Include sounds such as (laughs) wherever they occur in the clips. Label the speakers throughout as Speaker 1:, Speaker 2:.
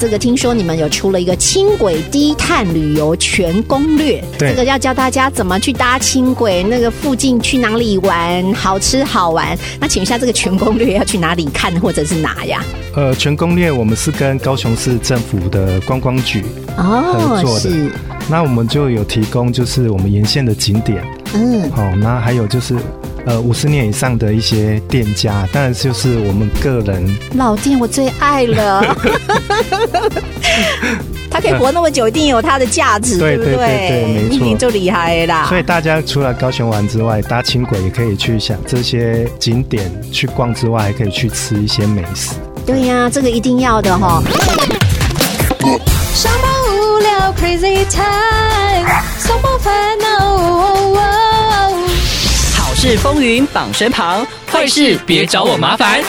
Speaker 1: 这个听说你们有出了一个轻轨低碳旅游全攻略，
Speaker 2: 对
Speaker 1: 这个要教大家怎么去搭轻轨，那个附近去哪里玩，好吃好玩。那请问一下，这个全攻略要去哪里看，或者是哪呀？
Speaker 2: 呃，全攻略我们是跟高雄市政府的观光局，
Speaker 1: 哦
Speaker 2: 合，作的
Speaker 1: 是，
Speaker 2: 那我们就有提供就是我们沿线的景点，
Speaker 1: 嗯，
Speaker 2: 哦，那还有就是呃五十年以上的一些店家，当然就是我们个人
Speaker 1: 老店我最爱了。
Speaker 2: (laughs)
Speaker 1: 它可以活那么久，一定有它的价值，
Speaker 2: 对
Speaker 1: 不
Speaker 2: 对对对没错
Speaker 1: 一鸣就厉害啦。
Speaker 2: 所以大家除了高雄玩之外，搭轻轨也可以去想这些景点去逛之外，还可以去吃一些美食。
Speaker 1: 对呀、这个一定要的哈、
Speaker 3: 上班无聊 Crazy Time，上班烦恼。哦哦哦
Speaker 4: 好事风云榜身旁，坏事别找我麻烦。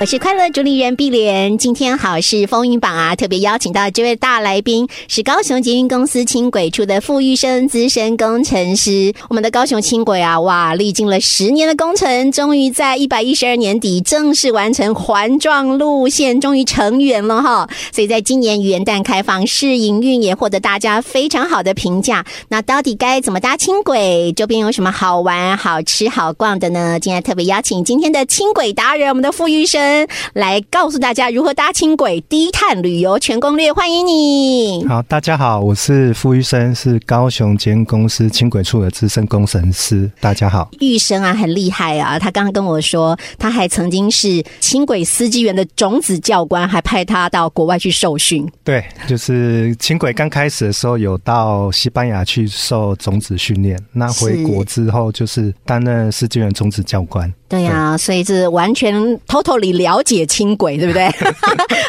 Speaker 1: 我是快乐主理人碧莲，今天好事风云榜啊，特别邀请到这位大来宾是高雄捷运公司轻轨处的傅玉生资深工程师。我们的高雄轻轨啊，哇，历经了十年的工程，终于在一百一十二年底正式完成环状路线，终于成员了哈。所以在今年元旦开放试营运，也获得大家非常好的评价。那到底该怎么搭轻轨？周边有什么好玩、好吃、好逛的呢？今天特别邀请今天的轻轨达人，我们的傅玉生来告诉大家如何搭轻轨低碳旅游全攻略。欢迎你！
Speaker 2: 好，大家好，我是傅医生，是高雄捷运公司轻轨处的资深工程师。大家好，
Speaker 1: 玉生啊，很厉害啊！他刚刚跟我说，他还曾经是轻轨司机员的种子教官，还派他到国外去受训。
Speaker 2: 对，就是轻轨刚开始的时候有到西班牙去受种子训练，那回
Speaker 1: 是
Speaker 2: 国之后就是担任司机员种子教官。
Speaker 1: 对呀、所以这完全 totally 了解轻轨，对不 (laughs) 对？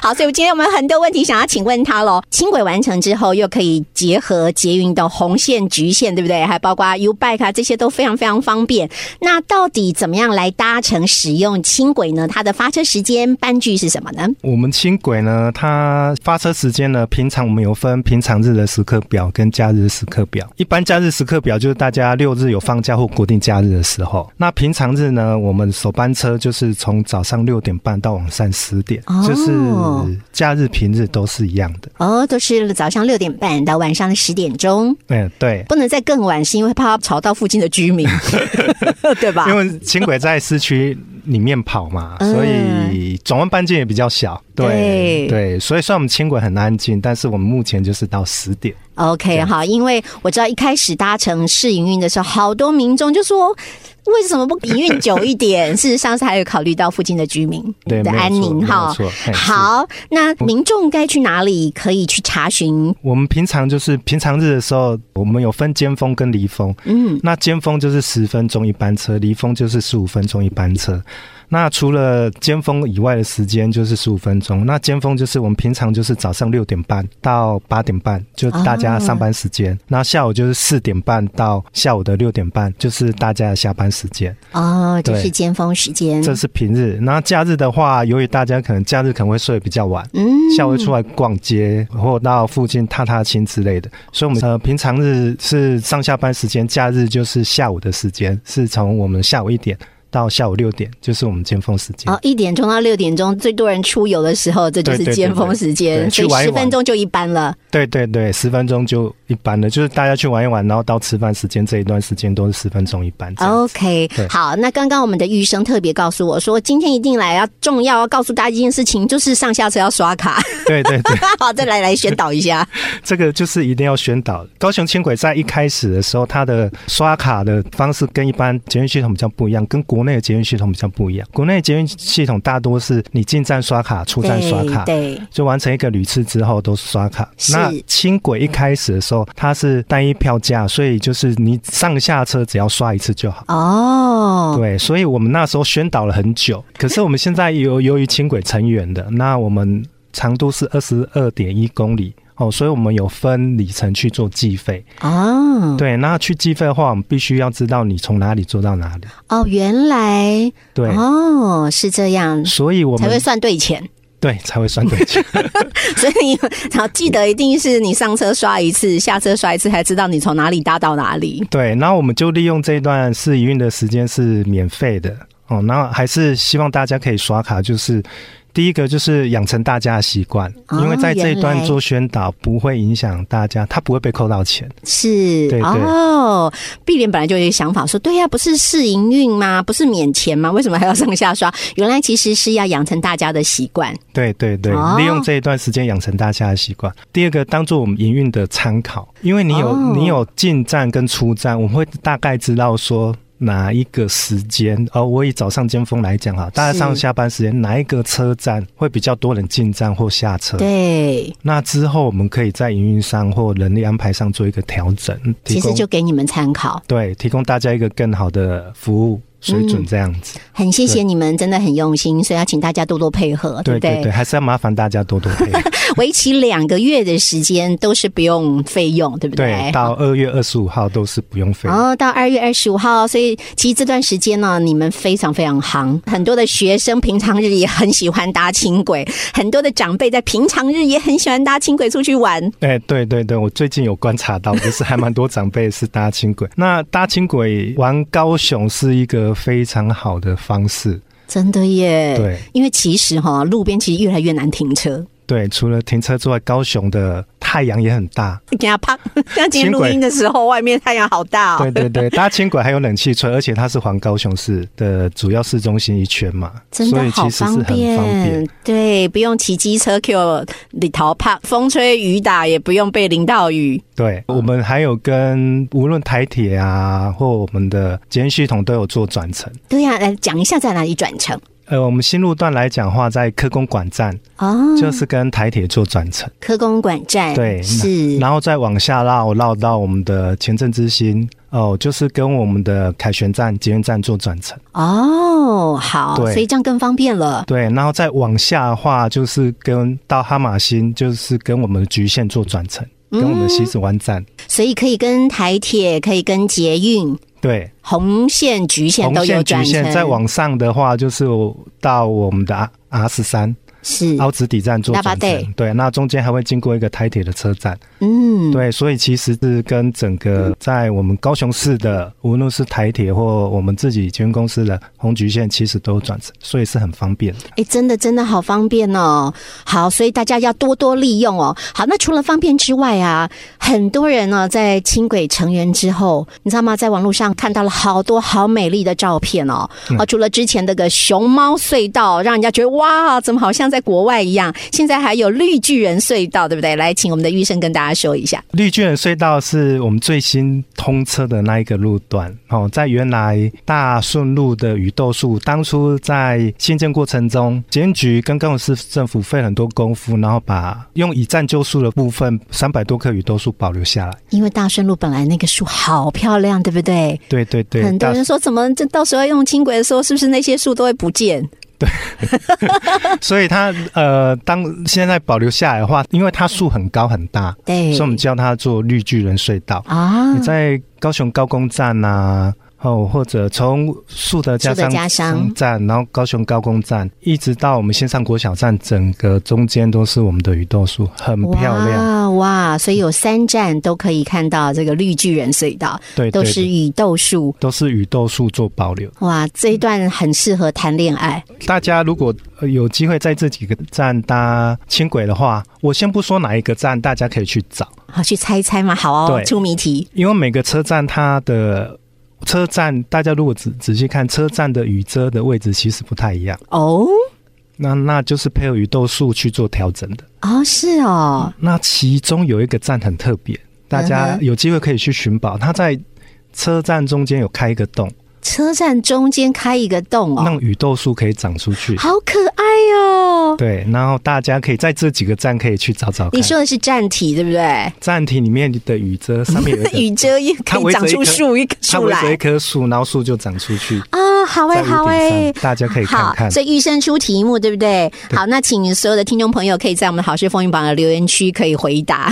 Speaker 1: 好，所以今天我们很多问题想要请问他喽。轻轨完成之后，又可以结合捷运的红线、橘线，对不对？还包括 U Bike 啊，这些都非常非常方便。那到底怎么样来搭乘使用轻轨呢？它的发车时间、班距是什么呢？
Speaker 2: 我们轻轨呢，它发车时间呢，平常我们有分平常日的时刻表跟假日时刻表。一般假日时刻表就是大家六日有放假或国定假日的时候。那平常日呢，我们首班车就是从早上六点半到晚上十点，
Speaker 1: 哦
Speaker 2: 就是假日平日都是一样的。
Speaker 1: 哦，都是早上六点半到晚上的十点钟，
Speaker 2: 嗯，对。
Speaker 1: 不能再更晚，是因为怕吵到附近的居 (laughs) 民，对吧？
Speaker 2: 因为轻轨在市区里面跑嘛，
Speaker 1: 嗯
Speaker 2: 所以转弯半径也比较小。对
Speaker 1: 对
Speaker 2: 对，所以虽然我们轻轨很安静，但是我们目前就是到十点。
Speaker 1: OK，好，因为我知道一开始搭乘试营运的时候，好多民众就说。为什么不营运久一点？事实上是还有考虑到附近的居民
Speaker 2: (laughs) 对
Speaker 1: 的
Speaker 2: 没有
Speaker 1: 安
Speaker 2: 错
Speaker 1: 宁
Speaker 2: 没有
Speaker 1: 哈
Speaker 2: 错哎嘿。是
Speaker 1: 好，那民众该去哪里可以去查询？
Speaker 2: 我们平常就是平常日的时候，我们有分尖峰跟离峰。
Speaker 1: 嗯，
Speaker 2: 那尖峰就是十分钟一班车，离峰就是十五分钟一班车。那除了尖峰以外的时间就是十五分钟。那尖峰就是我们平常就是早上六点半到八点半，就大家上班时间。那下午就是四点半到下午的六点半，就是大家的下班时间。
Speaker 1: 哦，这
Speaker 2: 对
Speaker 1: 是尖峰时间，
Speaker 2: 这是平日。那假日的话，由于大家可能假日可能会睡得比较晚，
Speaker 1: 嗯，
Speaker 2: 下午出来逛街，或到附近踏踏青之类的。所以，我们呃平常日是上下班时间，假日就是下午的时间，是从我们下午一点到下午六点，就是我们尖峰时间。
Speaker 1: 哦，一点钟到六点钟最多人出游的时候，这就
Speaker 2: 对
Speaker 1: 是
Speaker 2: 对
Speaker 1: 尖
Speaker 2: 对
Speaker 1: 峰
Speaker 2: 对
Speaker 1: 时间，所
Speaker 2: 对去
Speaker 1: 以
Speaker 2: 玩一
Speaker 1: 十
Speaker 2: 玩
Speaker 1: 分钟就一班了。
Speaker 2: 对对对，十分钟就一般了，就是大家去玩一玩，然后到吃饭时间这一段时间都是十分钟一班。哦，
Speaker 1: OK，
Speaker 2: 对
Speaker 1: 好，那刚刚我们的医生特别告诉我说，今天一定来要重要要告诉大家一件事情，就是上下车要刷卡。
Speaker 2: 对对对，
Speaker 1: (laughs) 好，再来来宣导一下。
Speaker 2: 这个就是一定要宣导。高雄轻轨在一开始的时候，它的刷卡的方式跟一般捷运系统比较不一样，跟国内的捷运系统比较不一样。国内的捷运系统大多是你进站刷卡，出站刷卡。
Speaker 1: 对，
Speaker 2: 就完成一个旅次之后都是刷卡。
Speaker 1: 是
Speaker 2: 那轻轨一开始的时候，它是单一票价，所以就是你上下车只要刷一次就好。
Speaker 1: 哦，
Speaker 2: 对，所以我们那时候宣导了很久。可是我们现在由由于轻轨成员的，那我们长度是二十二点一公里。哦，所以我们有分里程去做计费，
Speaker 1: 哦，
Speaker 2: 对。那去计费的话，我们必须要知道你从哪里做到哪里，
Speaker 1: 哦，原来
Speaker 2: 对。
Speaker 1: 哦是这样，
Speaker 2: 所以我
Speaker 1: 才
Speaker 2: 们
Speaker 1: 会算对钱。 (laughs)
Speaker 2: 对，才会算对钱。
Speaker 1: 所以你好记得一定是你上车刷一次，下车刷一次，才知道你从哪里搭到哪里。
Speaker 2: 对，然后我们就利用这一段试营运的时间是免费的哦，然后还是希望大家可以刷卡，就是第一个就是养成大家的习惯，
Speaker 1: 哦
Speaker 2: 因为在这一
Speaker 1: 原
Speaker 2: 段
Speaker 1: 来
Speaker 2: 做宣导不会影响大家，他不会被扣到钱。
Speaker 1: 是
Speaker 2: 对对
Speaker 1: 哦，碧莲本来就有一个想法说，对啊呀、不是试营运吗？不是免钱吗？为什么还要上下刷？原来其实是要养成大家的习惯。
Speaker 2: 对对对，
Speaker 1: 哦
Speaker 2: 利用这一段时间养成大家的习惯。第二个，当做我们营运的参考，因为你有、
Speaker 1: 哦
Speaker 2: 你有进站跟出站，我们会大概知道说哪一个时间。哦，我以早上尖峰来讲哈，大家上下班时间哪一个车站会比较多人进站或下车？
Speaker 1: 对，
Speaker 2: 那之后我们可以在营运上或人力安排上做一个调整，提
Speaker 1: 其
Speaker 2: 供
Speaker 1: 实就给你们参考。
Speaker 2: 对提供大家一个更好的服务水准
Speaker 1: 嗯
Speaker 2: 这样子。
Speaker 1: 很谢谢你们，真的很用心，所以要请大家多多配合，
Speaker 2: 对
Speaker 1: 不
Speaker 2: 对对，还是要麻烦大家多多配合。
Speaker 1: (laughs) 为期两个月的时间都是不用费用，对不
Speaker 2: 对，到二月二十五号都是不用费
Speaker 1: 然
Speaker 2: 用。
Speaker 1: 后到二月二十五号，所以其实这段时间呢，你们非常非常行，很多的学生平常日也很喜欢搭轻轨，很多的长辈在平常日也很喜欢搭轻轨出去玩。
Speaker 2: 哎、对对对，我最近有观察到，就是还蛮多长辈是搭轻轨。 (laughs) 那搭轻轨玩高雄是一个非常好的方式。
Speaker 1: 真的耶！
Speaker 2: 对
Speaker 1: 因为其实哈、路边其实越来越难停车， (laughs)
Speaker 2: 对，除了停车之外，高雄的太阳也很大。
Speaker 1: 给他啪！ (laughs) 像今天录音的时候，外面太阳好大、哦。
Speaker 2: 对对对，搭轻轨还有冷气吹，而且它是环高雄市的主要市中心一圈嘛，
Speaker 1: (laughs) 真的
Speaker 2: 所以
Speaker 1: 好
Speaker 2: 其实是
Speaker 1: 方
Speaker 2: 很方
Speaker 1: 便，
Speaker 2: 便。
Speaker 1: 对，不用骑机车 Q 里头怕风吹雨打，也不用被淋到雨。
Speaker 2: 对我们还有跟无论台铁啊或我们的捷运系统都有做转乘。
Speaker 1: 对呀、来讲一下在哪里转乘
Speaker 2: 呃，我们新路段来讲的话，在科公馆站
Speaker 1: 哦，
Speaker 2: 就是跟台铁做转乘，
Speaker 1: 科公馆站
Speaker 2: 对
Speaker 1: 是
Speaker 2: 然后再往下绕绕到我们的前镇之星哦，就是跟我们的凯旋站、捷运站做转乘。
Speaker 1: 哦，好，
Speaker 2: 对
Speaker 1: 所以这样更方便了。
Speaker 2: 对，然后再往下的话，就是跟到哈马星，就是跟我们的局限做转乘，
Speaker 1: 嗯
Speaker 2: 跟我们的西子湾站。
Speaker 1: 所以可以跟台铁，可以跟捷运、
Speaker 2: 对，
Speaker 1: 红线、橘线
Speaker 2: 红
Speaker 1: 都有
Speaker 2: 线、
Speaker 1: 转
Speaker 2: 局
Speaker 1: 乘
Speaker 2: 限，，再往上的话，就是我到我们的 R 十三
Speaker 1: 是
Speaker 2: 凹子底站做
Speaker 1: 拉巴
Speaker 2: 转
Speaker 1: 嗯队
Speaker 2: 乘。对，那中间还会经过一个台铁的车站。
Speaker 1: 嗯，
Speaker 2: 对，所以其实是跟整个在我们高雄市的，无论是台铁或我们自己全公司的红橘线，其实都有转乘，所以是很方便的。
Speaker 1: 哎，真的真的好方便哦！好，所以大家要多多利用哦。好，那除了方便之外啊，很多人呢、在轻轨成员之后，你知道吗？在网络上看到了好多好美丽的照片哦。啊，除了之前那个熊猫隧道，让人家觉得哇，怎么好像在国外一样？现在还有绿巨人隧道，对不对？来，请我们的玉生跟大家说一下。
Speaker 2: 绿巨人隧道是我们最新通车的那一个路段哦，在原来大顺路的雨豆树，当初在新建过程中，检局跟高雄市政府费很多功夫，然后把用以战救树的部分三百多棵雨豆树保留下来。
Speaker 1: 因为大顺路本来那个树好漂亮，对不对？
Speaker 2: 对对对，
Speaker 1: 很多
Speaker 2: 大
Speaker 1: 人说，怎么这到时候要用轻轨的时候，是不是那些树都会不见？
Speaker 2: 所以它呃，当现在保留下来的话，因为它树很高很大，
Speaker 1: 对
Speaker 2: 所以我们叫它做绿巨人隧道。
Speaker 1: 啊
Speaker 2: 你，在高雄高工站呐、哦，或者从树德家
Speaker 1: 树德
Speaker 2: 商
Speaker 1: 家商
Speaker 2: 站，然后高雄高工站，一直到我们线上国小站，整个中间都是我们的雨豆树，很漂亮。
Speaker 1: 哇哇！所以有三站都可以看到这个绿巨人隧道，
Speaker 2: 对对
Speaker 1: 都是
Speaker 2: 对，
Speaker 1: 雨豆树。
Speaker 2: 都是雨豆树做保留。
Speaker 1: 哇，这一段很适合谈恋爱。
Speaker 2: 大家如果呃有机会在这几个站搭轻轨的话，我先不说哪一个站，大家可以去找。
Speaker 1: 好，去猜一猜嘛，好哦，
Speaker 2: 对
Speaker 1: 出谜题。
Speaker 2: 因为每个车站它的车站，大家如果仔仔细看，车站的雨遮的位置其实不太一样，
Speaker 1: 哦
Speaker 2: 那那就是配合雨豆树去做调整的。
Speaker 1: 哦，是哦，
Speaker 2: 那其中有一个站很特别，大家
Speaker 1: 嗯哼
Speaker 2: 有机会可以去寻宝，它在。车站中间有开一个洞，
Speaker 1: 车站中间开一个洞哦，
Speaker 2: 让雨豆树可以长出去。
Speaker 1: 好可爱哦。
Speaker 2: 对，然后大家可以在这几个站可以去找找看。
Speaker 1: 你说的是站体对不对？
Speaker 2: 站体里面的雨遮上面有一
Speaker 1: (laughs)
Speaker 2: 个
Speaker 1: 雨遮也可
Speaker 2: 它
Speaker 1: 以
Speaker 2: 围着
Speaker 1: 长出
Speaker 2: 一棵
Speaker 1: 树一棵
Speaker 2: 它
Speaker 1: 树
Speaker 2: 围着
Speaker 1: 来
Speaker 2: 一棵树，然后树就长出去，
Speaker 1: 啊，好哎
Speaker 2: 在屋
Speaker 1: 好哎
Speaker 2: 顶上，，大家可以看看
Speaker 1: 好，。所以预生出题目，对不对？
Speaker 2: 对
Speaker 1: 好，那请所有的听众朋友可以在我们的好事风云榜的留言区可以回
Speaker 2: (laughs)
Speaker 1: 答，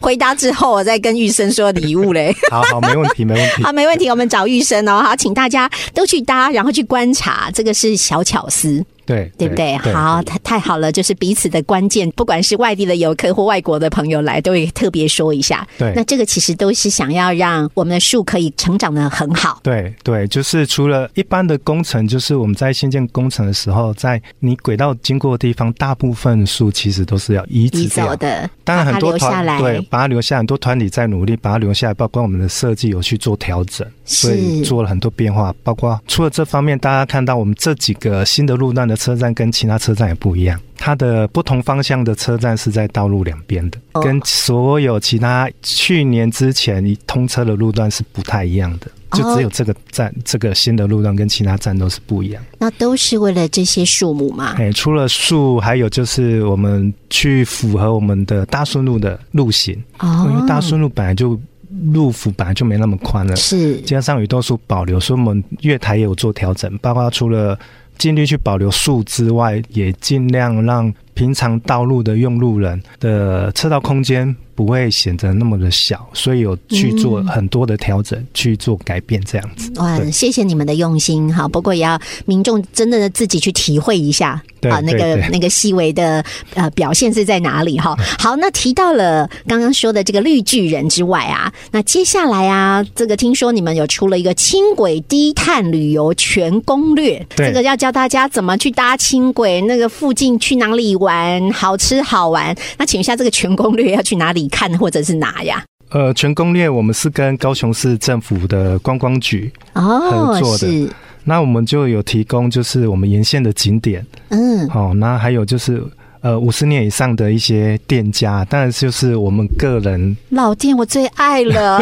Speaker 1: 回答之后我再跟玉生说礼物
Speaker 2: (laughs)
Speaker 1: 嘞。啊
Speaker 2: 好好，没问题，没问题。
Speaker 1: 好，没问题，我们找玉生哦。好，请大家都去搭，然后去观察，这个是小巧思。
Speaker 2: 对
Speaker 1: 对不对？好，太太好了，就是彼此的关键，不管是外地的游客或外国的朋友来，都会特别说一下。
Speaker 2: 对
Speaker 1: 那这个其实都是想要让我们的树可以成长的很好。
Speaker 2: 对对，就是除了一般的工程，就是我们在新建工程的时候，在你轨道经过的地方，大部分树其实都是要移植
Speaker 1: 移
Speaker 2: 掉
Speaker 1: 走。的，
Speaker 2: 当
Speaker 1: 把
Speaker 2: 然，
Speaker 1: 它
Speaker 2: 很多
Speaker 1: 留下
Speaker 2: 团
Speaker 1: 来，
Speaker 2: 对把它留下，很多团体在努力把它留下来，包括我们的设计有去做调整，
Speaker 1: 是
Speaker 2: 所以做了很多变化。包括除了这方面，大家看到我们这几个新的路段的车站跟其他车站也不一样，它的不同方向的车站是在道路两边的，
Speaker 1: 哦
Speaker 2: 跟所有其他去年之前通车的路段是不太一样的。就
Speaker 1: 哦
Speaker 2: 只有这个站，这个新的路段跟其他站都是不一样。
Speaker 1: 那都是为了这些树木嘛。
Speaker 2: 哎，除了树，还有就是我们去符合我们的大顺路的路型。因
Speaker 1: 哦
Speaker 2: 为，大顺路本来就路幅本来就没那么宽了，
Speaker 1: 是
Speaker 2: 加上雨豆树保留，所以我们月台也有做调整，包括除了尽力去保留树之外，也尽量让平常道路的用路人的车道空间不会显得那么的小，所以有去做
Speaker 1: 嗯
Speaker 2: 很多的调整，去做改变这样子。
Speaker 1: 哇，
Speaker 2: 对
Speaker 1: 谢谢你们的用心哈。不过也要民众真的自己去体会一下
Speaker 2: 对
Speaker 1: 啊，那
Speaker 2: 对
Speaker 1: 个
Speaker 2: 对嗯
Speaker 1: 那个细微的呃表现是在哪里哈。好，那提到了刚刚说的这个绿巨人之外啊，那接下来啊，这个听说你们有出了一个轻轨低碳旅游全攻略，
Speaker 2: 对
Speaker 1: 这个要教大家怎么去搭轻轨，那个附近去哪里玩，好吃好玩。那请问一下，这个全攻略要去哪里看或者是哪呀？
Speaker 2: 呃，全攻略我们是跟高雄市政府的观光局，
Speaker 1: 哦
Speaker 2: 合，作的
Speaker 1: 是，
Speaker 2: 那我们就有提供就是我们沿线的景点。
Speaker 1: 嗯，
Speaker 2: 好、那还有就是呃五十年以上的一些店家，当然就是我们个人
Speaker 1: 老店我最爱了，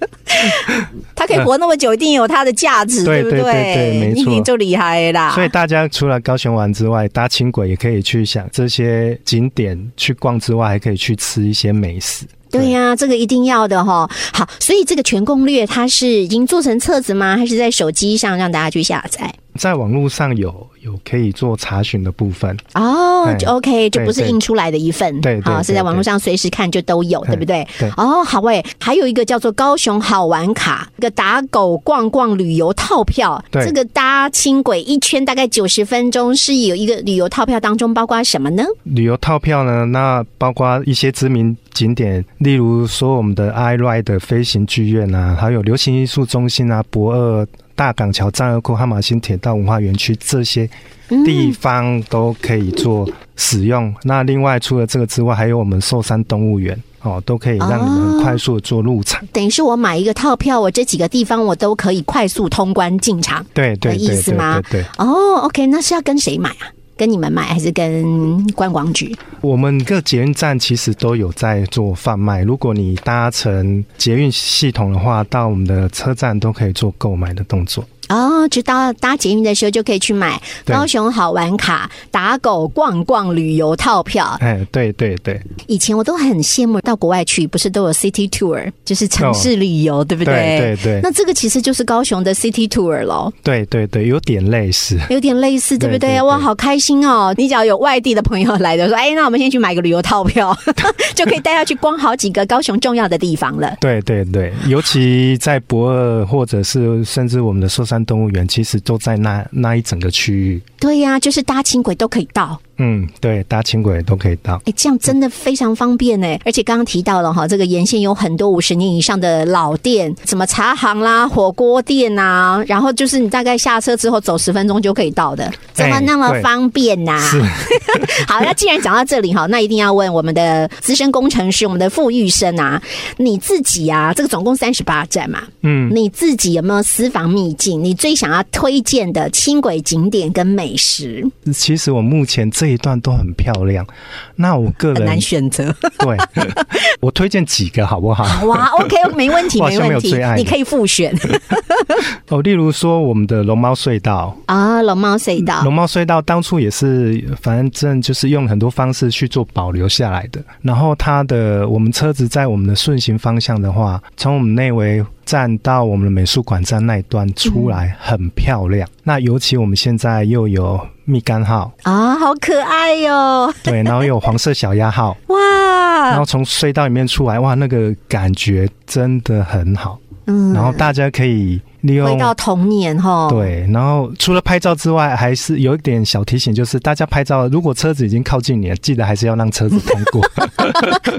Speaker 2: (laughs)
Speaker 1: 他可以活那么久，一定有他的价值，
Speaker 2: 对
Speaker 1: 不
Speaker 2: 对对对没错
Speaker 1: 你就厉害啦。
Speaker 2: 所以大家除了高雄玩之外，搭轻轨也可以去想这些景点去逛之外，还可以去吃一些美食。
Speaker 1: 对呀、这个一定要的哈、好，所以这个全攻略它是已经做成册子吗？还是在手机上让大家去下载？
Speaker 2: 在网络上有有可以做查询的部分，
Speaker 1: 哦
Speaker 2: 哎，
Speaker 1: 就 OK，就
Speaker 2: 对
Speaker 1: 不是印出来的一份，
Speaker 2: 对对
Speaker 1: 好
Speaker 2: 对
Speaker 1: 是在网络上随时看就都有，
Speaker 2: 对
Speaker 1: 对不对？
Speaker 2: 对
Speaker 1: 哦，好喂，还有一个叫做高雄好玩卡，一个打狗逛逛旅游套票，
Speaker 2: 对
Speaker 1: 这个搭轻轨一圈大概九十分钟，是有一个旅游套票当中包括什么呢？
Speaker 2: 旅游套票呢，那包括一些知名景点，例如说我们的 i ride 的飞行剧院啊，还有流行艺术中心啊，博二、大港桥、战二库、哈马星铁道文化园区这些
Speaker 1: 嗯
Speaker 2: 地方都可以做使用。那另外除了这个之外，还有我们寿山动物园哦，都可以让你们很快速地做入场。
Speaker 1: 等于是我买一个套票，我这几个地方我都可以快速通关进场。
Speaker 2: 对对
Speaker 1: 有意
Speaker 2: 对
Speaker 1: 思
Speaker 2: 对
Speaker 1: 吗
Speaker 2: 对对，
Speaker 1: 哦，OK，那是要跟谁买啊？跟你们买还是跟观光局？
Speaker 2: 我们各捷运站其实都有在做贩卖。如果你搭乘捷运系统的话，到我们的车站都可以做购买的动作。
Speaker 1: 哦，知道搭捷运的时候就可以去买
Speaker 2: 对
Speaker 1: 高雄好玩卡、打狗逛逛旅游套票。
Speaker 2: 哎，对对对
Speaker 1: 以前我都很羡慕到国外去，不是都有 city tour，就是城市旅游，哦对不
Speaker 2: 对对对
Speaker 1: 那这个其实就是高雄的 city tour 咯，
Speaker 2: 对对对，有点类似。
Speaker 1: 有点类似，对不对？
Speaker 2: 对对对
Speaker 1: 哇，好开心哦！你只要有外地的朋友来的，说，哎，那我们先去买个旅游套票， (laughs) 就可以带他去逛好几个高雄重要的地方了。
Speaker 2: 对对对，尤其在博二或者是甚至我们的寿山动物园，其实都在那那一整个区域。
Speaker 1: 对呀、就是搭轻轨都可以到。
Speaker 2: 嗯，对，搭轻轨都可以到。
Speaker 1: 哎，这样真的非常方便呢。而且刚刚提到了哈，这个沿线有很多五十年以上的老店，什么茶行啦、火锅店呐、然后就是你大概下车之后走十分钟就可以到的，怎么那么
Speaker 2: 哎对 (laughs)
Speaker 1: 方便呐、
Speaker 2: 是，
Speaker 1: (laughs) 好，那既然讲到这里哈，那一定要问我们的资深工程师、我们的傅玉生啊，你自己啊，这个总共三十八站嘛，
Speaker 2: 嗯，
Speaker 1: 你自己有没有私房秘境？你最想要推荐的轻轨景点跟美食，
Speaker 2: 其实我目前这一段都很漂亮。那我个
Speaker 1: 很
Speaker 2: 人
Speaker 1: 难选择。
Speaker 2: 对， (laughs) 我推荐几个好不好？ (laughs)
Speaker 1: 哇，OK，没啊问题，
Speaker 2: 我好
Speaker 1: 没
Speaker 2: 像没
Speaker 1: 问
Speaker 2: 有
Speaker 1: 题
Speaker 2: 最爱，的
Speaker 1: 你可以复
Speaker 2: (laughs)
Speaker 1: 选
Speaker 2: 哦，例如说我们的龙猫隧道，
Speaker 1: 啊。龙猫隧道
Speaker 2: 龙，猫隧道当初也是，反正就是用很多方式去做保留下来的。然后它的我们车子在我们的顺行方向的话，从我们内围站到我们的美术馆站那一段出来，
Speaker 1: 嗯
Speaker 2: 很漂亮。那尤其我们现在又有蜜柑号，
Speaker 1: 啊，好可爱哟、
Speaker 2: 对，然后又有黄色小鸭号，然
Speaker 1: 哇
Speaker 2: 后，从隧道里面出来，哇，那个感觉真的很好。
Speaker 1: 嗯
Speaker 2: 然后大家可以利
Speaker 1: 回
Speaker 2: 用
Speaker 1: 到童年哈，，
Speaker 2: 对，然后除了拍照之外，还是有一点小提醒，就是大家拍照，如果车子已经靠近你了，记得还是要让车子通
Speaker 1: (laughs)
Speaker 2: 过。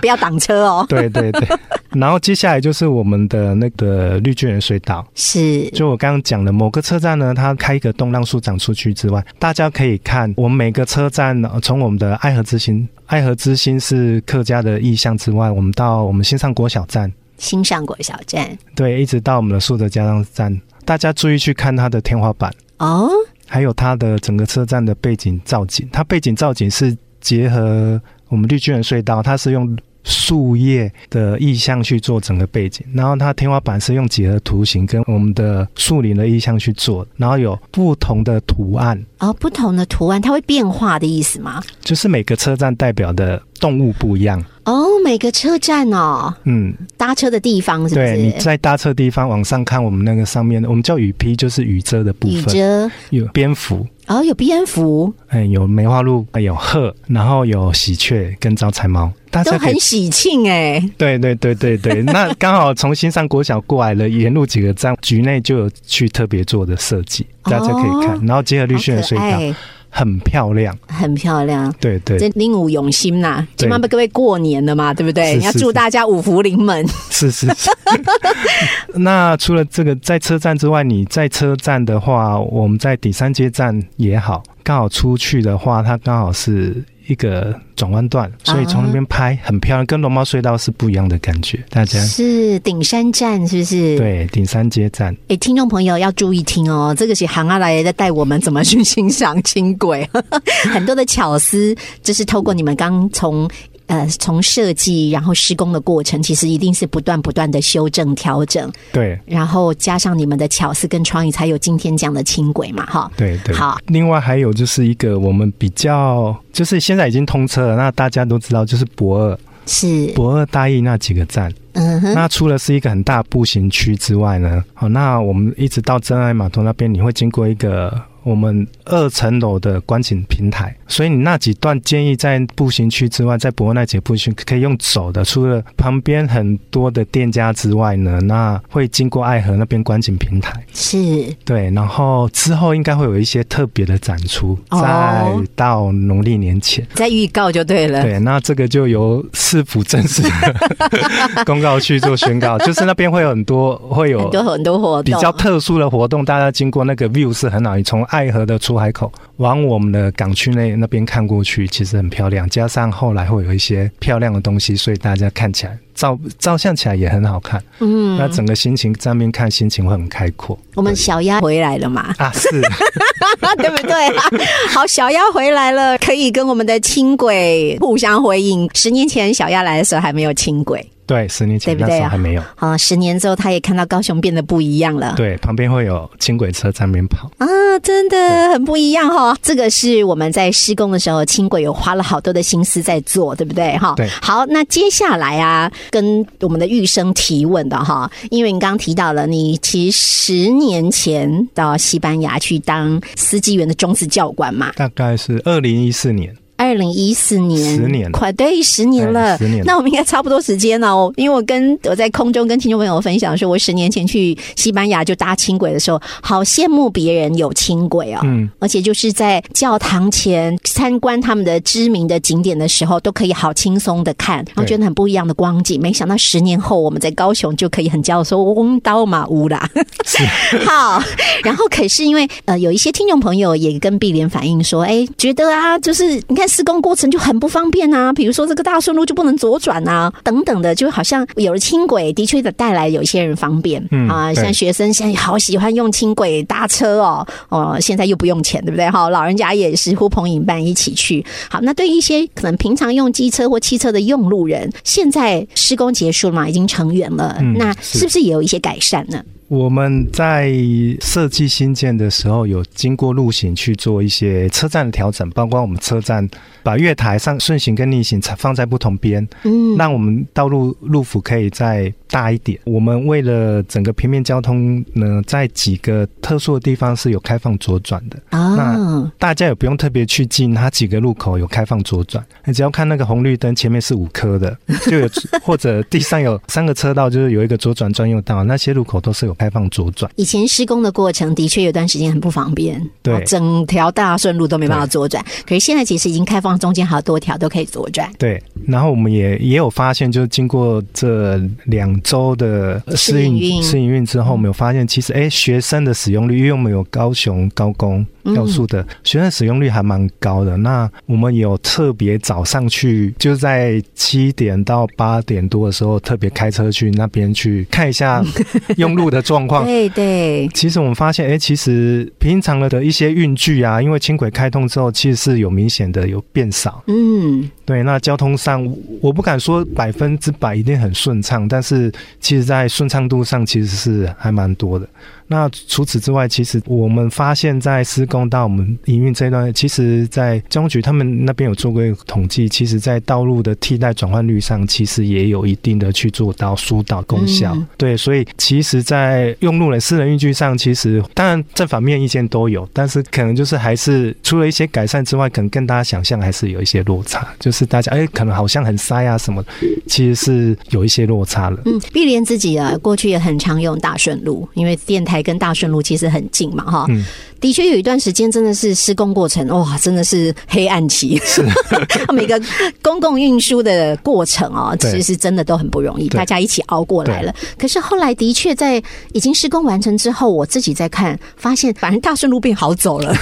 Speaker 1: 不要挡车
Speaker 2: (laughs)
Speaker 1: 哦，
Speaker 2: 对对对。然后接下来就是我们的那个绿巨人隧道，
Speaker 1: 是
Speaker 2: 就我刚刚讲的某个车站呢，它开一个动浪树长出去之外，大家可以看我们每个车站，呃从我们的爱河之心，爱河之心是客家的意象之外，我们到我们新上国小站，
Speaker 1: 新上国小站
Speaker 2: 对，一直到我们的树德家长站，大家注意去看它的天花板。
Speaker 1: 哦，
Speaker 2: 还有它的整个车站的背景造景，它背景造景是结合我们绿巨人隧道，它是用树叶的意象去做整个背景，然后它天花板是用几何图形跟我们的树林的意象去做，然后有不同的图案，
Speaker 1: 哦，不同的图案它会变化的意思吗？
Speaker 2: 就是每个车站代表的动物不一样。
Speaker 1: 哦，每个车站哦，
Speaker 2: 嗯，
Speaker 1: 搭车的地方是不
Speaker 2: 对，你
Speaker 1: 是？
Speaker 2: 在搭车地方往上看，我们那个上面我们叫雨披，就是雨遮的部
Speaker 1: 雨
Speaker 2: 分，
Speaker 1: 遮，
Speaker 2: 有蝙蝠，
Speaker 1: 哦，有蝙蝠，
Speaker 2: 哎，有梅花鹿，哎有鹤，然后有喜鹊跟招财猫，大
Speaker 1: 都
Speaker 2: 家可以
Speaker 1: 很喜庆哎、
Speaker 2: 对对对对对，那刚好从新上国小过来了，沿路几个站，局内就有去特别做的设计，
Speaker 1: 哦
Speaker 2: 大家可以看。然后结合绿
Speaker 1: 好
Speaker 2: 轩的
Speaker 1: 可
Speaker 2: 隧道，
Speaker 1: 爱，
Speaker 2: 很漂亮。
Speaker 1: 很漂亮。
Speaker 2: 对对，
Speaker 1: 这令武永心呐、
Speaker 2: 对
Speaker 1: 今晚各位过年了嘛，对不对？
Speaker 2: 是
Speaker 1: 你要
Speaker 2: 是
Speaker 1: 祝
Speaker 2: 是
Speaker 1: 大家五福临门。
Speaker 2: 是是是。 (laughs) 那除了这个在车站之外，你在车站的话，我们在第三街站也好，刚好出去的话，它刚好是一个转弯
Speaker 1: 啊
Speaker 2: 段，所以从那边拍很漂亮，跟龙猫隧道是不一样的感觉。大家
Speaker 1: 是顶山站是不是？。
Speaker 2: 对顶三街站。
Speaker 1: 哎，听众朋友要注意听哦，这个是行阿来在带我们怎么去欣赏轻轨， (laughs) 很多的巧思，就是透过你们刚从。呃，从设计然后施工的过程，其实一定是不断不断的修正调整，
Speaker 2: 对
Speaker 1: 然后加上你们的巧思跟创意，才有今天这样的轻轨嘛，哈。
Speaker 2: 对对。
Speaker 1: 好，
Speaker 2: 另外还有就是一个我们比较，就是现在已经通车了，那大家都知道，就是博二、
Speaker 1: 是，
Speaker 2: 博二大义那几个站。
Speaker 1: 嗯哼，
Speaker 2: 那除了是一个很大步行区之外呢，好，那我们一直到真爱码头那边，你会经过一个。我们二层楼的观景平台，所以你那几段建议在步行区之外，在博二那几个步行区可以用走的。除了旁边很多的店家之外呢，那会经过爱河那边观景平台。
Speaker 1: 是
Speaker 2: 对，然后之后应该会有一些特别的展出，
Speaker 1: 哦
Speaker 2: 再到农历年前。
Speaker 1: 在预告就对了。
Speaker 2: 对，那这个就由市府正式
Speaker 1: (laughs)
Speaker 2: 的公告去做宣告，就是那边会有很多会
Speaker 1: 很
Speaker 2: 有
Speaker 1: 多很多活动，
Speaker 2: 比较特殊的活动，大家经过那个 view 是很好，你从爱河的出海口往我们的港区内那边看过去，其实很漂亮。加上后来会有一些漂亮的东西，所以大家看起来照照相起来也很好看。
Speaker 1: 嗯，
Speaker 2: 那整个心情在那边看，心情会很开阔。
Speaker 1: 我们小鸭回来了嘛， (laughs)
Speaker 2: 啊，是。
Speaker 1: 对不对、啊？好，小鸭回来了，可以跟我们的轻轨互相回应。十年前小鸭来的时候还没有轻轨，
Speaker 2: 对，十年前
Speaker 1: 对不对
Speaker 2: 那时
Speaker 1: 啊
Speaker 2: 候还没有。
Speaker 1: 啊，十年之后他也看到高雄变得不一样了。
Speaker 2: 对，旁边会有轻轨车在那边跑。
Speaker 1: 啊，真的很不一样哈、这个是我们在施工的时候，轻轨有花了好多的心思在做，对不对哈？
Speaker 2: 对
Speaker 1: 好，那接下来啊，跟我们的玉生提问的哈，因为你刚刚提到了，你其实十年前到西班牙去当司机员的中职教官嘛，
Speaker 2: 大概是二零一四年，
Speaker 1: 二零一四年，
Speaker 2: 十年了
Speaker 1: 快对十年了，
Speaker 2: 哎十年了
Speaker 1: 那我们应该差不多时间哦，因为我跟我在空中跟听众朋友分享说，我十年前去西班牙就搭轻轨的时候，好羡慕别人有轻轨哦。
Speaker 2: 嗯，
Speaker 1: 而且就是在教堂前参观他们的知名的景点的时候，都可以好轻松的看，然后觉得很不一样的光景。没想到十年后，我们在高雄就可以很骄傲说“哦翁刀马乌啦”， (laughs) 好，然后可是因为呃，有一些听众朋友也跟碧莲反映说，哎，觉得啊，就是你看施工过程就很不方便啊，比如说这个大顺路就不能左转啊，等等的，就好像有了轻轨，的确的带来有一些人方便、
Speaker 2: 嗯
Speaker 1: 啊，
Speaker 2: 对
Speaker 1: 像学生现在好喜欢用轻轨搭车哦，哦、现在又不用钱，对不对？哈，老人家也是呼朋引伴一起去。好，那对于一些可能平常用机车或汽车的用路人，现在施工结束了嘛，已经成员了，
Speaker 2: 嗯
Speaker 1: 那
Speaker 2: 是
Speaker 1: 是不是也有一些改善呢？
Speaker 2: 我们在设计新建的时候，有经过路行去做一些车站的调整，包括我们车站把月台上顺行跟逆行放在不同边，
Speaker 1: 嗯，
Speaker 2: 让我们道路路幅可以再大一点。我们为了整个平面交通呢，在几个特殊的地方是有开放左转的，
Speaker 1: 哦，
Speaker 2: 大家也不用特别去记它几个路口有开放左转，你只要看那个红绿灯前面是五颗的，就有或者地上有三个车道，就是有一个左转专用道，那些路口都是有开放左转。
Speaker 1: 以前施工的过程的确有段时间很不方便，
Speaker 2: 对
Speaker 1: 啊整条大顺路都没办法左转。可是现在其实已经开放，中间好多条都可以左转。
Speaker 2: 对，然后我们也也有发现，就是经过这两周的
Speaker 1: 试
Speaker 2: 试
Speaker 1: 营
Speaker 2: 运
Speaker 1: 运
Speaker 2: 试营运之后，我们有发现，其实哎，学生的使用率，因为我们有高雄高工
Speaker 1: 嗯
Speaker 2: 教数的、学生使用率还蛮高的。那我们有特别早上去，就是在七点到八点多的时候，特别开车去那边去看
Speaker 1: (laughs)
Speaker 2: 一下用路的状况。
Speaker 1: 对对，
Speaker 2: 其实我们发现，哎，其实平常的一些运具啊，因为轻轨开通之后，其实是有明显的有变少。
Speaker 1: 嗯，
Speaker 2: 对，那交通上我我不敢说百分之百一定很顺畅，但是其实在顺畅度上其实是还蛮多的。那除此之外，其实我们发现，在施工到我们营运这一段，其实，在交通局他们那边有做过一个统计，其实，在道路的替代转换率上，其实也有一定的去做到疏导功效。
Speaker 1: 嗯
Speaker 2: 对，所以其实，在用路人私人运具上，其实当然正反面意见都有，但是可能就是还是除了一些改善之外，可能跟大家想象还是有一些落差，就是大家哎，可能好像很塞啊什么的，其实是有一些落差了。
Speaker 1: 嗯，碧莲自己啊，过去也很常用大顺路，因为电台跟大顺路其实很近嘛，哈。
Speaker 2: 嗯
Speaker 1: 的确有一段时间真的是施工过程，哇，真的是黑暗期。 (laughs) 是，每个公共运输的过程哦，其
Speaker 2: 对
Speaker 1: 实是真的都很不容易，
Speaker 2: 对
Speaker 1: 大家一起熬过来了。可是后来的确在已经施工完成之后，我自己在看，发现反正大顺路变好走
Speaker 2: (laughs)
Speaker 1: 了，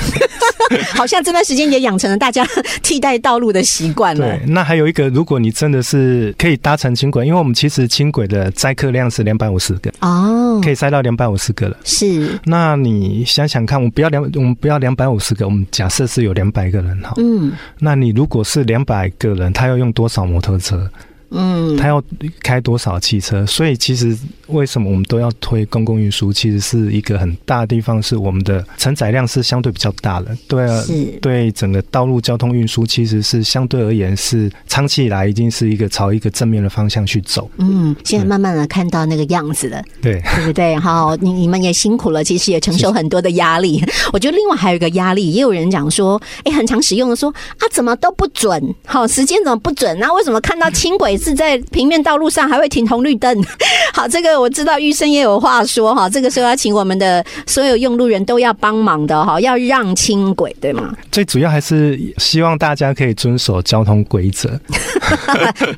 Speaker 1: 好像这段时间也养成了大家替代道路的习惯了
Speaker 2: 对。，那还有一个，如果你真的是可以搭乘轻轨，因为我们其实轻轨的载客量是两百五十个，
Speaker 1: 哦，
Speaker 2: 可以塞到两百五十个了。
Speaker 1: 是，
Speaker 2: 那你想想看，我们不要两，我们不要两百五十个，我们假设是有两百个人哈。
Speaker 1: 嗯
Speaker 2: 那你如果是两百个人，他要用多少摩托车？
Speaker 1: 嗯，
Speaker 2: 他要开多少汽车？所以其实为什么我们都要推公共运输？其实是一个很大的地方，是我们的承载量是相对比较大的。对啊，
Speaker 1: 是。
Speaker 2: 对整个道路交通运输，其实是相对而言是长期以来已经是一个朝一个正面的方向去走。
Speaker 1: 嗯，现在慢慢的看到那个样子了，
Speaker 2: 对，
Speaker 1: 对不对？哈，你你们也辛苦了，其实也承受很多的压
Speaker 2: (laughs)
Speaker 1: 力。我觉得另外还有一个压力，也有人讲说，哎，很常使用的说啊，怎么都不准，好、时间怎么不准？那为什么看到轻轨是在平面道路上还会停红绿灯？ (laughs) 好，这个我知道，玉生也有话说哈，这个时候要请我们的所有用路人都要帮忙的哈，要让轻轨，对
Speaker 2: (laughs)
Speaker 1: 吗？
Speaker 2: 最主要还是希望大家可以遵守交通规则。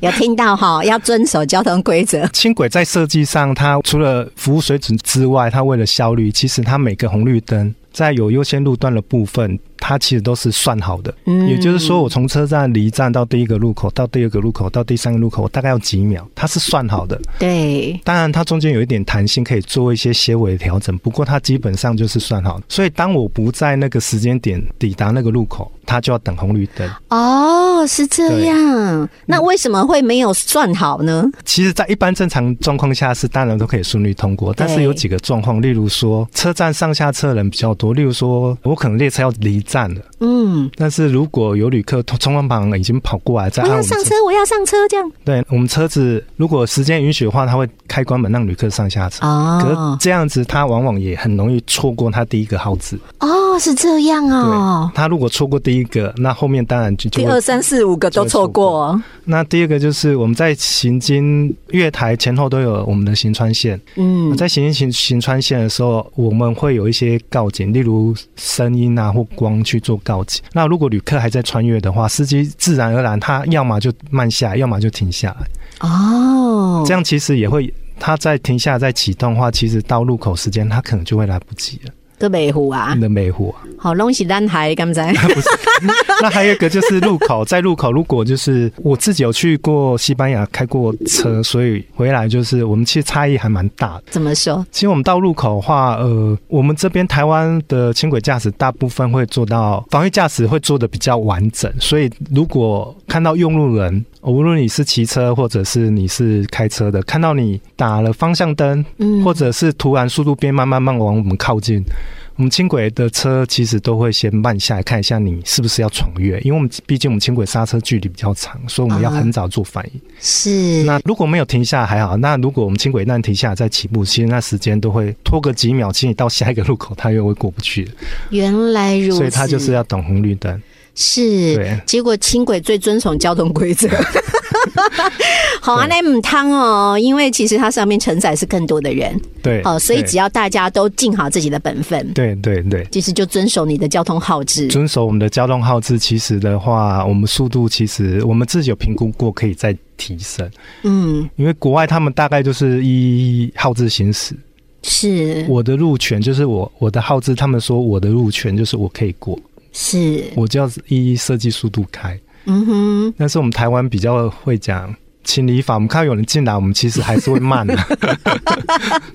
Speaker 1: 有听到哈，要遵守交通规则。
Speaker 2: 轻轨在设计上，它除了服务水准之外，它为了效率，其实它每个红绿灯在有优先路段的部分，它其实都是算好的。
Speaker 1: 嗯
Speaker 2: 也就是说，我从车站离站到第一个路口，到第二个路口，到第三个路口，大概要几秒，它是算好的。
Speaker 1: 对，
Speaker 2: 当然，它中间有一点弹性，可以做一些些微的调整。不过，它基本上就是算好。所以，当我不在那个时间点抵达那个路口，它就要等红绿灯。
Speaker 1: 哦，是这样。那为什么会没有算好呢？
Speaker 2: 其实，在一般正常状况下是当然都可以顺利通过，但是有几个状况，例如说车站上下车人比较多，例如说我可能列车要离站了，
Speaker 1: 嗯，
Speaker 2: 但是如果有旅客从从窗旁已经跑过来在
Speaker 1: 我
Speaker 2: 按我
Speaker 1: 要
Speaker 2: 们
Speaker 1: 哦上
Speaker 2: 车
Speaker 1: 车，，我要上车，这样。
Speaker 2: 对我们车子如果时间允许的话，它会开关门让旅客上下车。可是
Speaker 1: 哦，
Speaker 2: 这样子，他往往也很容易错过他第一个号字。
Speaker 1: 哦，是这样哦。
Speaker 2: 他如果错过第一个，那后面当然就就
Speaker 1: 第
Speaker 2: 会
Speaker 1: 二、三四五个都错过，
Speaker 2: 那第二个就是我们在行经月台前后都有我们的行穿线，
Speaker 1: 嗯，
Speaker 2: 在行行行穿线的时候，我们会有一些告警，例如声音啊或光去做告警。那如果旅客还在穿越的话，司机自然而然他要么就慢下来，要么就停下来。
Speaker 1: 哦，
Speaker 2: 这样其实也会，他在停下来再启动的话，其实到路口时间他可能就会来不及了。
Speaker 1: 个美湖啊
Speaker 2: 你，的美湖啊，
Speaker 1: 好东西烂海，刚 (laughs) 才
Speaker 2: (laughs) 那还有一个就是路口，在路口如果就是我自己有去过西班牙开过车，所以回来就是我们其实差异还蛮大的。
Speaker 1: 怎么说？
Speaker 2: 其实我们到路口的话，呃，我们这边台湾的轻轨驾驶大部呃分会做到防御驾驶会做的比较完整，所以如果看到用路人无论你是骑车或者是你是开车的，看到你打了方向灯，
Speaker 1: 嗯
Speaker 2: 或者是突然速度变慢，慢慢往我们靠近，我们轻轨的车其实都会先慢下来看一下你是不是要闯越，因为我们毕竟我们轻轨刹车距离比较长，所以我们要
Speaker 1: 啊哈
Speaker 2: 很早做反应。
Speaker 1: 是
Speaker 2: 那如果没有停下还好，那如果我们轻轨一旦停下来再起步，其实那时间都会拖个几秒，其实你到下一个路口它又会过不去了，
Speaker 1: 原来如此，
Speaker 2: 所以它就是要等红绿灯。
Speaker 1: 是
Speaker 2: 对，
Speaker 1: 结果轻轨最遵守交通 (laughs) 规则。好啊，那母汤哦，因为其实它上面承载是更多的人，
Speaker 2: 对，
Speaker 1: 哦，所以只
Speaker 2: 要
Speaker 1: 要大家都尽好自己的本分，
Speaker 2: 对对对。
Speaker 1: 其实就遵守你的交通号志。
Speaker 2: 遵守我们的交通号志，其实的话，我们速度其实我们自己有评估过，可以再提升。
Speaker 1: 嗯，
Speaker 2: 因为国外他们大概就是依号志行驶，
Speaker 1: 是
Speaker 2: 我的路权就是我我的号志，他们说我的路权就是我可以过，
Speaker 1: 是，
Speaker 2: 我就要依设计速度开。
Speaker 1: 嗯哼，
Speaker 2: 但是我们台湾比较会讲情理法，我们看到有人进来，我们其实还是会慢
Speaker 1: (laughs)
Speaker 2: 的。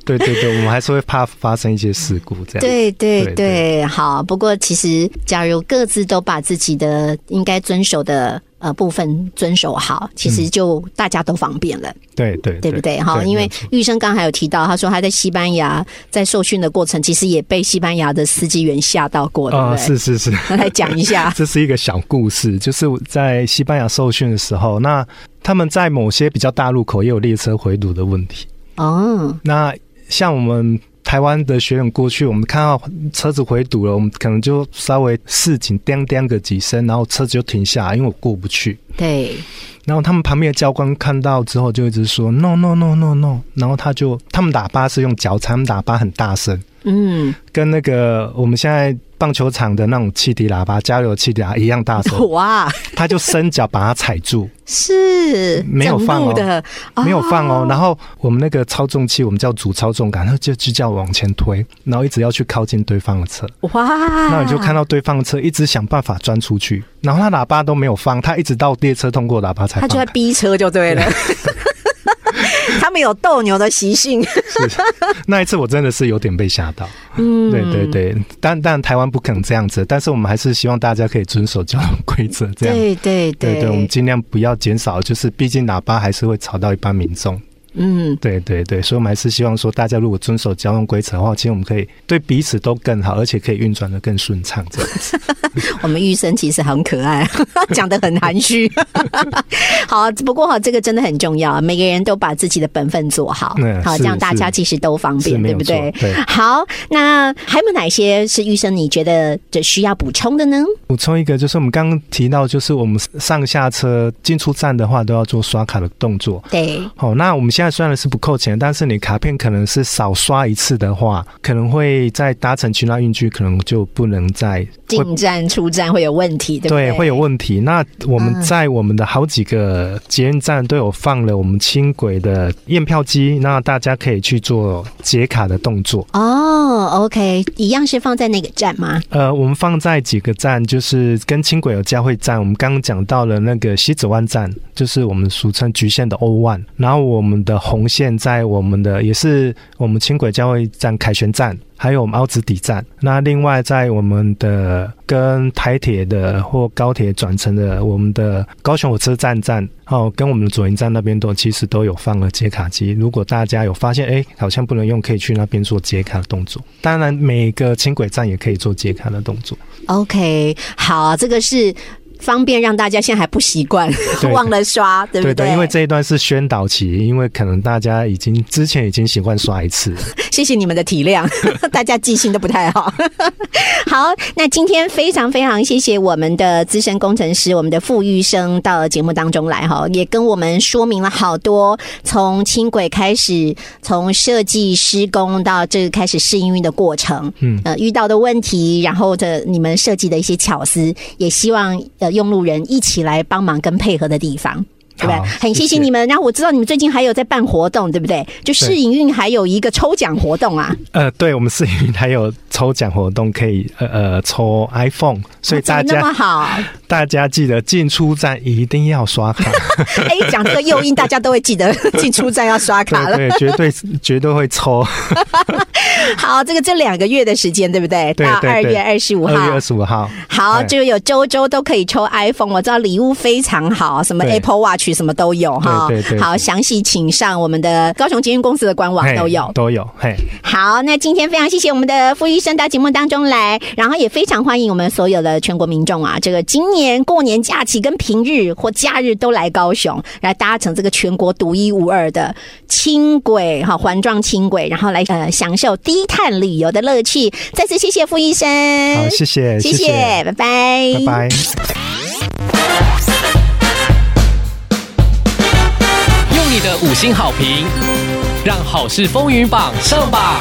Speaker 2: 对对对，我们还是会怕发生一些事故这样。
Speaker 1: 对对对
Speaker 2: 对对
Speaker 1: 好。不过其实，假如各自都把自己的应该遵守的呃部分遵守好，其实就大家都方便了。
Speaker 2: 对嗯对
Speaker 1: 对不对？哈，因为玉生刚还有提到，他说他在西班牙在受训的过程，其实也被西班牙的司机员吓到过，对
Speaker 2: 啊、
Speaker 1: 不对？
Speaker 2: 是是是。
Speaker 1: 那 (laughs) 来讲一
Speaker 2: (laughs)，
Speaker 1: 下
Speaker 2: 这是一个小故事，就是我在西班牙受训的时候，那他们在某些比较大路口也有列车回堵的问题。
Speaker 1: 哦，
Speaker 2: 那像我们台湾的学员过去，我们看到车子回堵了，我们可能就稍微市井叮叮个几声，然后车子就停下来，因为我过不去。
Speaker 1: 对，
Speaker 2: 然后他们旁边的教官看到之后，就一直说 “no no no no no”，然后他就他们打巴是用脚踩，他们打巴很大声，
Speaker 1: 嗯，
Speaker 2: 跟那个我们现在棒球场的那种汽笛喇叭、加油汽笛喇叭一样大声。
Speaker 1: (laughs) 哇，
Speaker 2: 他就伸脚把它踩住，
Speaker 1: 是
Speaker 2: 没有放哦
Speaker 1: 整路的，啊
Speaker 2: 没有放哦。然后我们那个操纵器，我们叫主操纵杆，它就就叫我往前推，然后一直要去靠近对方的车。
Speaker 1: 哇，
Speaker 2: 那你就看到对方的车一直想办法钻出去，然后他喇叭都没有放，他一直到列车通过喇叭才
Speaker 1: 他
Speaker 2: 放
Speaker 1: 就
Speaker 2: 开。
Speaker 1: 在逼车就
Speaker 2: (laughs)
Speaker 1: 对了。 (laughs) 他们有斗牛的习性，
Speaker 2: 那一次我真的是有 (laughs) 点被吓到。
Speaker 1: 嗯，
Speaker 2: 对对对，但但台湾不可能这样子，但是我们还是希望大家可以遵守交通规则，这样。
Speaker 1: 对对
Speaker 2: 对对，我们尽量不要减少，就是毕竟喇叭还是会吵到一般民众。
Speaker 1: 嗯，
Speaker 2: 对对对，所以我们还是希望说，大家如果遵守交通规则的话，其实我们可以对彼此都更好，而且可以运转的更顺畅。这样子，
Speaker 1: 我们玉生其实很可
Speaker 2: (laughs)
Speaker 1: 爱，讲的很含蓄。 (laughs) 好，不过哈，这个真的很重要，每个人都把自己的本分做好，
Speaker 2: 嗯
Speaker 1: 好，
Speaker 2: 是
Speaker 1: 这样大家其实都方
Speaker 2: 是
Speaker 1: 便，
Speaker 2: 没
Speaker 1: 对
Speaker 2: 有
Speaker 1: 不
Speaker 2: 错
Speaker 1: 对？
Speaker 2: 对
Speaker 1: 好，那还有没有哪些是玉生你觉得这需要补充的呢？
Speaker 2: 补充一个，就是我们刚刚提到，就是我们上下车进出站的话，都要做刷卡的动作。
Speaker 1: 对，
Speaker 2: 好、那我们现在虽然是不扣钱，但是你卡片可能是少刷一次的话，可能会在搭乘其他运具，可能就不能再会
Speaker 1: 进站出站会有问题，对不对？
Speaker 2: 会有问题。那我们
Speaker 1: 嗯
Speaker 2: 在我们的好几个捷运站都有放了我们轻轨的验票机，那大家可以去做解卡的动作。
Speaker 1: 哦，OK，一样是放在那个站吗？
Speaker 2: 呃，我们放在几个站，就是跟轻轨有交汇站，我们刚刚讲到了那个西子湾站，就是我们俗称局限的 O one，然后我们的红线在我们的也是我们轻轨交汇站凯旋站，还有我们凹子底站。那另外在我们的跟台铁的或高铁转乘的我们的高雄火车站站，哦，跟我们的左营站那边都其实都有放了接卡机。如果大家有发现，哎，好像不能用，可以去那边做接卡的动作。当然，每个轻轨站也可以做接卡的动
Speaker 1: (laughs)
Speaker 2: 作。
Speaker 1: OK，好，这个是方便让大家现在还不习惯，
Speaker 2: 对
Speaker 1: 忘了刷，对不
Speaker 2: 对因为这一段是宣导期，因为可能大家已经之前已经习惯刷一次了。
Speaker 1: 谢谢你们的体
Speaker 2: (laughs)
Speaker 1: 谅，大家记性都不太好。 (laughs) 好，那今天非常非常谢谢我们的资深工程师，我们的傅玉生到节目当中来哈，也跟我们说明了好多从轻轨开始，从设计施工到这个开始试营运的过程，
Speaker 2: 嗯
Speaker 1: 呃，遇到的问题，然后的你们设计的一些巧思，也希望呃用路人一起来帮忙跟配合的地方。对不对
Speaker 2: 好？
Speaker 1: 很谢谢你们。然后我知道你们最近还有在办活动，对不对？就试营运还有一个抽奖活动啊，
Speaker 2: 呃，对，我们是还有抽奖活动，可以呃呃抽 iPhone，
Speaker 1: 哦怎
Speaker 2: 所以
Speaker 1: 么
Speaker 2: 大
Speaker 1: 那
Speaker 2: 家、
Speaker 1: 么
Speaker 2: (laughs)
Speaker 1: 好？
Speaker 2: 大家记得进出站一定要刷
Speaker 1: (laughs)
Speaker 2: 卡。
Speaker 1: 哎，讲这个诱因，大家都会记
Speaker 2: (laughs)
Speaker 1: 得进出站要刷卡了。
Speaker 2: 对对，绝对绝对会抽。
Speaker 1: 好，这个这两个月的时间，对不对？
Speaker 2: 对
Speaker 1: 到二
Speaker 2: 对对
Speaker 1: 月二十五号
Speaker 2: 二。月二十五号，
Speaker 1: 好，
Speaker 2: 哎
Speaker 1: 就有周周都可以抽 iPhone，我知道礼物非常好，什么
Speaker 2: 对
Speaker 1: Apple Watch 区什么都有哈。
Speaker 2: 对对对
Speaker 1: 好，详细请上我们的高雄捷运公司的官网
Speaker 2: 嘿
Speaker 1: 都有。
Speaker 2: 都有，嘿，
Speaker 1: 好，那今天非常谢谢我们的傅医生到节目当中来，然后也非常欢迎我们所有的全国民众啊，这个今年过年假期跟平日或假日都来高雄，来搭乘这个全国独一无二的轻轨哈环状轻轨，然后来呃享受低碳旅游的乐趣。再次谢谢傅医生，
Speaker 2: 好，谢谢，
Speaker 1: 嗯谢谢，拜拜，
Speaker 2: 拜拜。
Speaker 4: 用你的五星好评，让好事风云榜上榜。